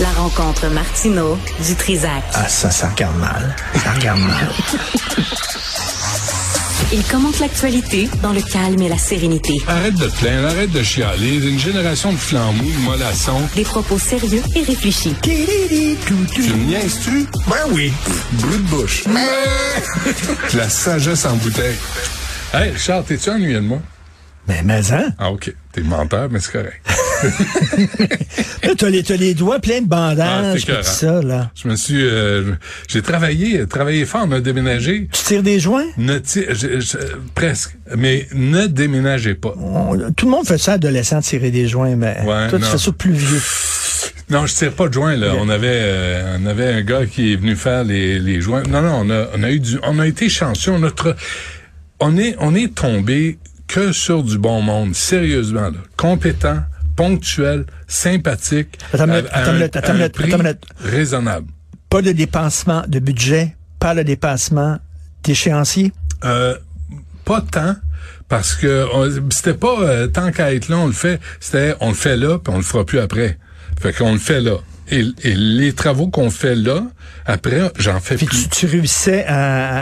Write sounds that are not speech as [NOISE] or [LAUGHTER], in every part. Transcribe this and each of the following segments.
La rencontre Martino du Trisac. Ah, ça, ça regarde mal. Ça regarde mal. Il commente l'actualité dans le calme et la sérénité. Arrête de te plaindre, arrête de chialer. Une génération de flammous, de mollassons. Des propos sérieux et réfléchis. Tu me niaises-tu? Ben oui. Brut de bouche. [LAUGHS] La sagesse en bouteille. Hey, Charles, t'es-tu ennuyé de moi? Mais, mais hein? Ah, OK. T'es menteur, mais c'est correct. Là, t'as les, t'as les doigts pleins de Ah, bandages, c'est pis tout écœurant. ça, là. Je me suis... euh, J'ai travaillé, travaillé fort, on a déménagé. Tu tires des joints? Ne ti- je- je- presque. Mais ne déménagez pas. On- tout le monde fait ça, adolescent, tirer des joints, mais Ouais, toi, tu non. fais ça plus vieux. Non, je tire pas de joint là. On avait, euh, on avait un gars qui est venu faire les, les joints. Non, non, on a, on a eu du, on a été chanceux. On a tra- on est, on est tombé que sur du bon monde. Sérieusement, là. compétent, ponctuel, sympathique, Attends une à- minute, attends à un- une minute, à attends un une minute, prix attends une minute. raisonnable. Pas de dépensement de budget, pas de dépensement d'échéancier. Euh, pas tant parce que on- c'était pas euh, tant qu'à être là, on le fait, c'était on le fait là puis on le fera plus après. Fait qu'on le fait là. Et, et les travaux qu'on fait là, après, j'en fais Puis plus. tu, tu réussissais à, à-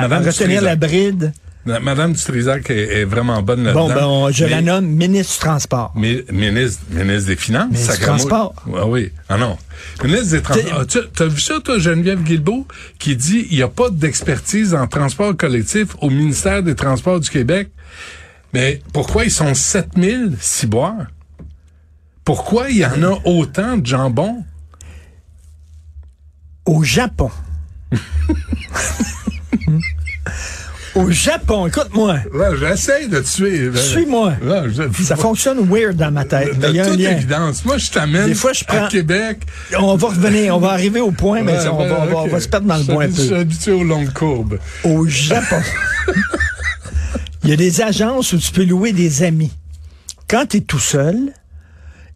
à- à Madame, tu retenir les as. la bride. La- Madame Dutrisac est, est vraiment bonne là-dedans. Bon, ben, on- je Mais- la nomme ministre du Transport. mais- ministre, ministre des Finances. Ministre du sacrément. Transport. Ah oui. Ah non. Ministre des Transports. tu as vu ça, toi, Geneviève Guilbeault, qui dit il n'y a pas d'expertise en transport collectif au ministère des Transports du Québec. Mais pourquoi ils sont 7000 ciboires? Pourquoi il y en a autant de jambon? Au [LAUGHS] Japon. Au Japon, écoute-moi. Là, j'essaie de tuer. Suis-moi. Là, je- Ça fonctionne weird dans ma tête. mais De il y a un toute lien. évidence. Moi, je t'amène Des fois, je à prends- Québec. On va revenir, on va arriver au point, mais Ouais, on, ben, va, on va- ok. on va se perdre dans le Je bois un suis- Je suis peu. habitué aux longues courbes. Au [LAUGHS] Japon, il y a des agences où tu peux louer des amis. Quand tu es tout seul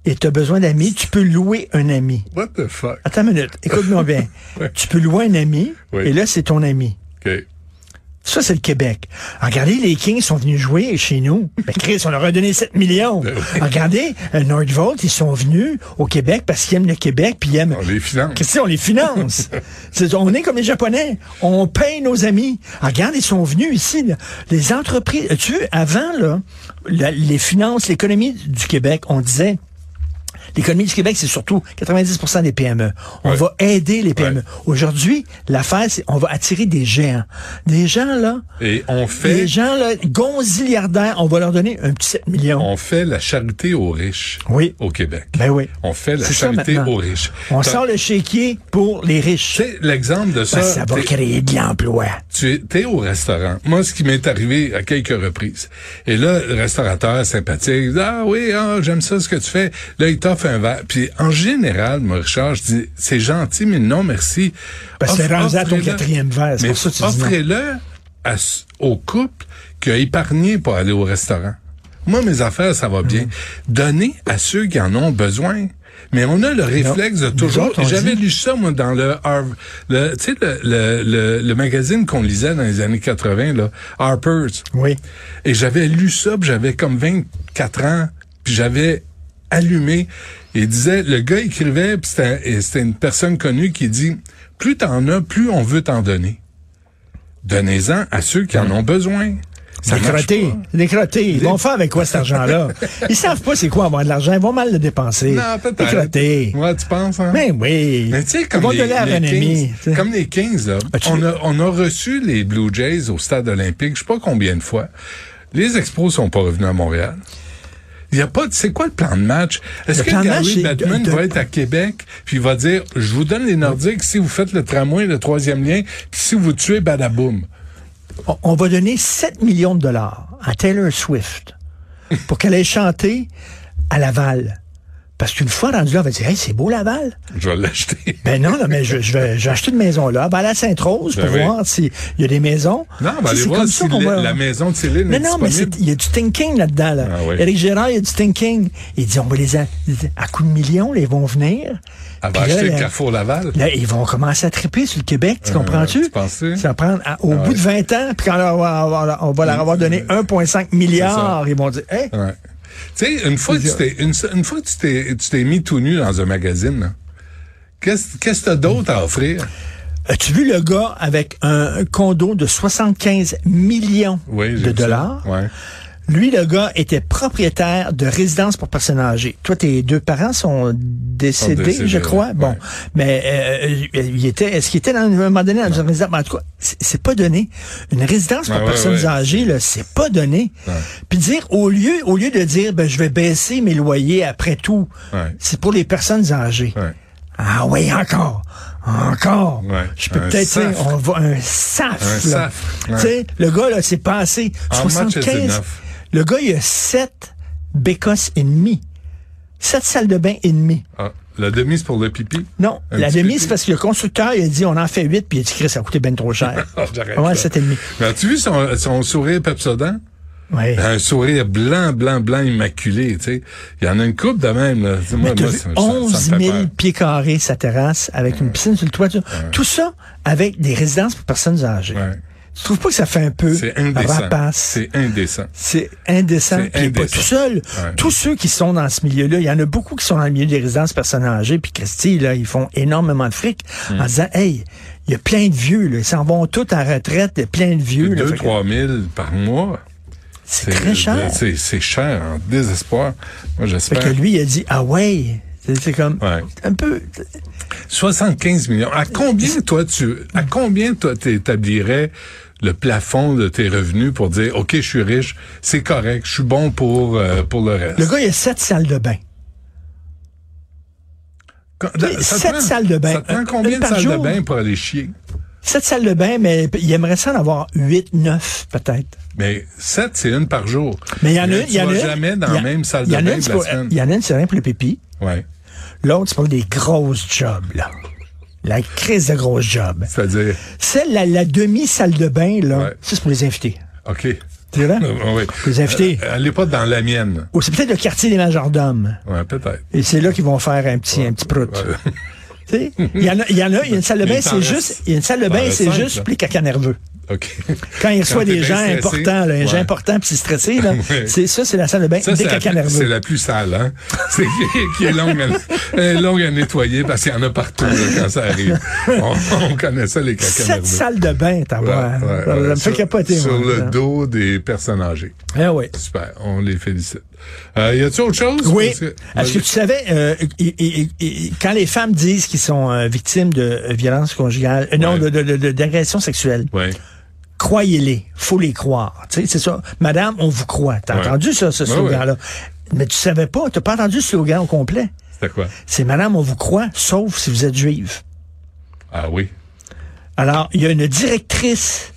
et tu as besoin d'amis, tu peux louer un ami. What the fuck? Attends une minute, écoute-moi bien. [LAUGHS] Ouais. Tu peux louer un ami, Oui. et là, c'est ton ami. OK. Ça, c'est le Québec. Regardez, les Kings sont venus jouer chez nous. Ben, Chris, on leur a donné 7 millions. Regardez, euh, Nordvolt, ils sont venus au Québec parce qu'ils aiment le Québec, puis ils aiment... On Ah, les finance. Qu'est-ce que c'est, on les finance. C'est- on est comme les Japonais. On paye nos amis. Ah, regarde, ils sont venus ici. là. Les entreprises... Tu veux, avant, là, la- les finances, l'économie du Québec, on disait... L'économie du Québec, c'est surtout 90 des PME. On Ouais. va aider les PME. Ouais. Aujourd'hui, l'affaire, c'est on va attirer des géants. Des gens, là, Et on les fait, gens, là, gonziliardaires, on va leur donner un petit 7 millions. on fait la charité aux riches. Oui. Au Québec. Ben oui. On fait la C'est ça, charité maintenant. aux riches. On T'as- sort le chéquier pour les riches. Tu sais, l'exemple de ça. Parce que ça va t'es- créer de l'emploi. tu es, t'es au restaurant. Moi, ce qui m'est arrivé à quelques reprises. Et là, le restaurateur sympathique, il dit, ah oui, ah, j'aime ça ce que tu fais. Là, il t'offre un verre. Puis en général, moi, Richard, je dis, c'est gentil, mais non, merci. Parce que Offre- Ben, c'est rendu à ton offrez-le. quatrième verre, c'est Mais pour ça que tu dis non. Offrez-le à s- au couple qui a épargné pour aller au restaurant. Moi, mes affaires, ça Mm. va bien. Donnez à ceux qui en ont besoin. Mais on a le réflexe de Nous toujours. autres, on J'avais dit- lu ça, moi, dans le, Harv- le tu sais, le, le, le, le magazine qu'on lisait dans les années 80, là, Harper's. Oui. Et j'avais lu ça, puis j'avais comme 24 ans, puis j'avais allumé. Il disait, le gars écrivait, puis c'était et c'était une personne connue qui dit, plus t'en as, plus on veut t'en donner. Donnez-en à ceux qui en ont besoin. Ça Les marche crottés, les crottés, ils Les- vont faire avec quoi cet [LAUGHS] argent-là? Ils savent pas c'est quoi avoir de l'argent, ils vont mal le dépenser. pas. Non, Les peut-être. crottés. Ouais, tu penses, hein? Mais oui. Mais tu sais, ils comme vont les, donner à les un 15, ami. tu sais. comme les 15, là, As-tu on vu- a, on a reçu les Blue Jays au stade olympique, je sais pas combien de fois. Les expos sont pas revenus à Montréal. Il y a pas de, c'est quoi le plan de match? Est-ce Le que plan de match, Gary c'est Batman de- de- va être à Québec, puis il va dire, je vous donne les Nordiques si vous faites le tramway, le troisième lien, puis si vous tuez Badaboum. on, on va donner 7 millions de dollars à Taylor Swift pour qu'elle aille chanter à Laval. Parce qu'une fois rendu là, on va dire, hey, c'est beau Laval. Je vais l'acheter. Ben non, non, mais je, je vais, je vais acheter une maison là. Ben à la Sainte-Rose Ben pour oui. voir s'il y a des maisons. Non, Tu on va sais, aller c'est voir comme si ça qu'on la- va- la maison de Céline Non, est non, mais c'est- disponible. il y a du thinking là-dedans. Là. Ah oui. Éric Gérard, il y a du thinking. Il dit, on va les... A... À coups de millions, là, ils vont venir. Elle va Puis là, Ah, ben, acheter la- Carrefour Laval. Là, ils vont commencer à triper sur le Québec, tu comprends-tu? tu penses-tu? Ah Ça va prendre à- au bout de 20 ans, puis quand on, leur va avoir- on va leur avoir donné 1,5 milliard, ils vont dire, hey, Euh, Ouais. Tu sais, une fois que tu t'es, une, une fois que tu t'es, tu t'es mis tout nu dans un magazine, là, qu'est-ce, qu'est-ce que t'as d'autre à offrir? as-tu vu le gars avec un condo de 75 millions Oui, j'ai de vu ça. dollars? Ouais. Lui, le gars, était propriétaire de résidence pour personnes âgées. Toi, tes deux parents sont décédés, décédés, je crois. ouais. Bon, Ouais. mais euh, il était, est-ce qu'il était dans un moment donné dans une résidence Mais En tout cas, c'est- c'est pas donné. Une résidence pour Ouais, ouais, personnes ouais. âgées, là, c'est pas donné. Puis dire au lieu, au lieu de dire, ben, je vais baisser mes loyers après tout, Ouais. c'est pour les personnes âgées. Ouais. Ah oui, encore. Encore. Ouais. Je peux Un peut-être, tu sais, safre. on va, un saf, Un là. safre, ouais. Tu sais, le gars, là, c'est passé. How much is 75. enough? Le gars, il a sept bécosses et demie. Sept salles de bain et demie. Ah, la demi, c'est pour le pipi? Non, Un la petit demi, pipi? c'est parce que le constructeur, il a dit, on en fait huit, puis il a dit, Chris, ça a coûté ben trop [LAUGHS] cher. Ah, J'arrête là. ouais, sept et demi. Mais as-tu vu son, son sourire pepsodent? Ouais. Un sourire blanc, blanc, blanc, immaculé, tu sais. Il y en a une coupe de même, là. Dis-moi, Mais t'as moi, vu ça- ça- ça me 11 fait 000 peur. pieds carrés, sa terrasse, avec une piscine sur le toit. tu- Tout ça avec des résidences pour personnes âgées. Ouais. Tu trouves pas que ça fait un peu C'est indécent. rapace? C'est indécent. C'est indécent. C'est Puis il est pas indécent. tout seul. Ouais. Tous ceux qui sont dans ce milieu-là, il y en a beaucoup qui sont dans le milieu des résidences personnes âgées. Puis Christy, là, ils font énormément de fric Hmm. en disant, hey, il y a plein de vieux, là. Ils s'en vont tous en retraite, il y a plein de vieux. là. Fait 2 que 3 000 par mois. C'est très cher. C'est c'est cher, en désespoir. Moi, Fait que j'espère. lui, il a dit, ah ouais. C'est c'est comme, Ouais. un peu, 75 millions. À combien, toi, tu, à combien, toi, t'établirais le plafond de tes revenus pour dire, OK, je suis riche, c'est correct, je suis bon pour, euh, pour le reste? le gars, il a sept salles de bain. Quand- ça te sept prend- salles de bain. Euh, Ça te prend Une combien de par salles de jour. bain pour aller chier? Sept salles de bain, mais il aimerait ça en avoir huit, neuf, peut-être. Mais 7, c'est une par jour. Mais il y en a, Mais il y en Tu a. vas jamais dans il y la a- même salle il de y en a bain une, de c'est la pour- semaine. Il y en a une, c'est rien pour le pipi. Ouais. L'autre, c'est pour des grosses jobs, là. La crise de grosses jobs. C'est-à-dire, Celle, la, la demi-salle de bain, là, Ouais. ça, c'est pour les invités. OK. Tu vois? Oui. Pour les invités. Euh, Allez pas dans la mienne. Ou c'est peut-être le quartier des majordomes. Ouais, peut-être. Et c'est là qu'ils vont faire un petit, un petit prout. [LAUGHS] Tu sais? Il y en a, il y en a, il y a une salle de Mais bain, il t'en c'est reste- juste, il y a une salle de t'en bain, reste c'est cinq, juste là. pour les caca nerveux. OK. Quand ils reçoivent t'es des bien gens stressé, importants, là, un gens ouais. important puis stressé, là, [LAUGHS] Ouais. c'est ça, c'est la salle de bain Ça, des c'est la, caca plus- [LAUGHS] c'est nerveux. la plus sale, hein? [LAUGHS] C'est qui- qui est longue à, elle est longue à nettoyer parce qu'il y en a partout là, quand [LAUGHS] ça arrive. On, on connaît ça, les caca Cette nerveux. salle de bain, t'as Ouais, voir. ouais, Ça ouais. me fait Sur- capoter, Sur moi, le ça. dos des personnes âgées. Ah oui. Super, on les félicite. Euh, y a-tu autre chose? Oui. Parce que- Est-ce que tu savais, euh, et- et- et- et- quand les femmes disent qu'ils sont euh, victimes de euh, violences conjugales, euh, non, Ouais. de- de- de- de- d'agressions sexuelles, Ouais. croyez-les, faut les croire. Tu sais, c'est ça. Madame, on vous croit. T'as Ouais. entendu ça, ce Ouais, slogan-là? Mais tu savais pas, t'as pas entendu ce slogan au complet. C'était quoi? C'est Madame, on vous croit, sauf si vous êtes juive. Ah oui. Alors, il y a une directrice,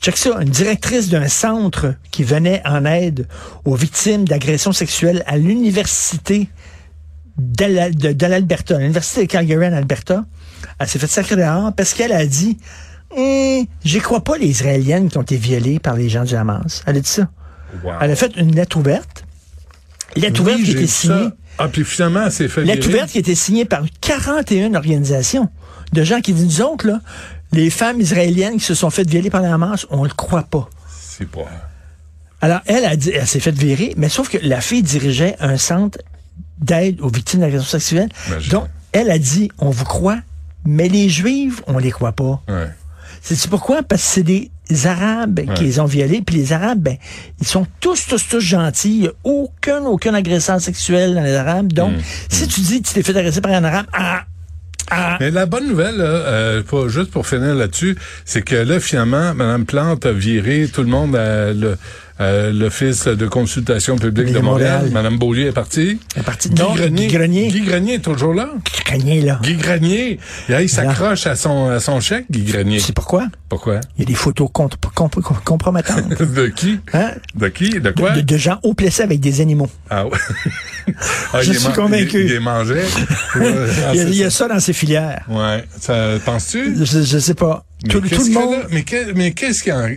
check ça, une directrice d'un centre qui venait en aide aux victimes d'agressions sexuelles à l'université d'Al- de de l'Alberta, l'université de Calgary en Alberta. Elle s'est fait sacrer dehors parce qu'elle a dit, Hum, j'y crois pas les Israéliennes qui ont été violées par les gens du Hamas. Elle a dit ça. Wow. Elle a fait une lettre ouverte. Lettre ouverte Oui, qui a j'ai été vu signée. ça. Ah, puis finalement, c'est fait Lettre virer. ouverte qui était signée par 41 organisations de gens qui disent, nous autres, là, les femmes israéliennes qui se sont faites violer par la Hamas, on le croit pas. C'est pas... Alors, elle, a dit, elle s'est faite virer, mais sauf que la fille dirigeait un centre d'aide aux victimes d'agressions sexuelles. Imagine. Donc, elle a dit, on vous croit, mais les Juifs, on les croit pas. Ouais. C'est pourquoi? Parce que c'est des Arabes qui les ont violés, puis les Arabes, ben, ils sont tous, tous, tous gentils. Il n'y a aucun, aucun agresseur sexuel dans les Arabes. Donc, Mm. si tu dis que tu t'es fait agresser par un Arabe, ah, ah, Mais la bonne nouvelle, là, euh, pas- juste pour finir là-dessus, c'est que là, finalement, Mme Plante a viré tout le monde à, le- euh, l'Office de consultation publique Public de de Montréal. Montréal. Madame Beaulieu est partie. Elle est partie. Guy Non, Grenier. Guy Grenier. Guy Grenier est toujours là. Craignez, là. Guy Grenier, là, il s'accroche à son, à son chèque, Guy Grenier. C'est pourquoi? Pourquoi? Il y a des photos contre- com- com- compromettantes. [LAUGHS] De qui? Hein? De qui? De quoi? De, de- de gens haut placés avec des animaux. Ah ouais. [LAUGHS] Ah, Je il est suis man- convaincu. Il, il est mangé. Ouais, ah, [LAUGHS] il, y a, c'est il y a ça dans ces filières. ça. Ouais. Ça, penses-tu? Je, je sais pas. Mais Tout, tout qu'est-ce le que monde. là- mais que- mais qu'est-ce qui en-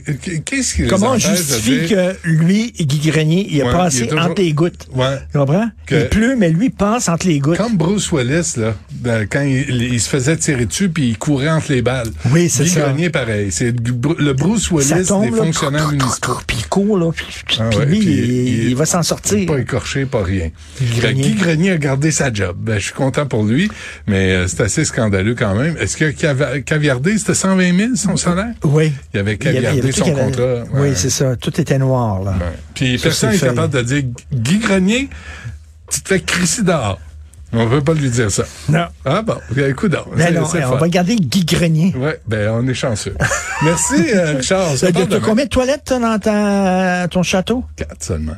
qu'est-ce qui les Comment on empêche de justifie dire- que lui, Guy Grenier, il a Ouais, passé il est toujours- entre les gouttes? Ouais. Tu comprends? Que- Il pleut, mais lui passe entre les gouttes. Comme Bruce Willis, là, de- quand il, il se faisait tirer dessus puis il courait entre les balles. Oui, c'est Guy ça. Grenier, pareil. C'est le Bru- le Bruce Willis des là, fonctionnaires municipaux. Puis il court, là. Puis, puis- Ah puis ouais, lui, puis il, il- il va s'en sortir. Pas écorché, pas rien. Guy Fait que Grenier. Guy Grenier a gardé sa job. Ben, je suis content pour lui, mais euh, c'est assez scandaleux quand même. Est-ce que cava- caviardé, c'était 120 000 son salaire? Oui. Il avait Il y avait- il y caviardé avait tout son qui avait- contrat. Oui, c'est ça. Tout était noir, là. Puis Sur personne ses n'est feuilles. capable de dire Guy Grenier, tu te fais crisser dehors. On peut pas lui dire ça. Non. Ah bon, écoute donc. Ben c'est- non, c'est on fun. va garder Guy Grenier. Ouais, ben on [LAUGHS] est chanceux. Merci euh, Richard. On se Ben, parle t'as demain. combien de toilettes t'as dans ta- ton château? Quatre seulement.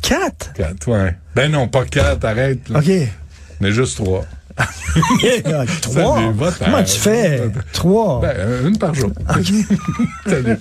Quatre. Quatre, ouais. Ben non, pas quatre, arrête. là. [LAUGHS] OK. Mais juste trois. Ah, Trois. va-t'en. Comment tu fais? Trois. Ben, une par jour. [LAUGHS] Salut.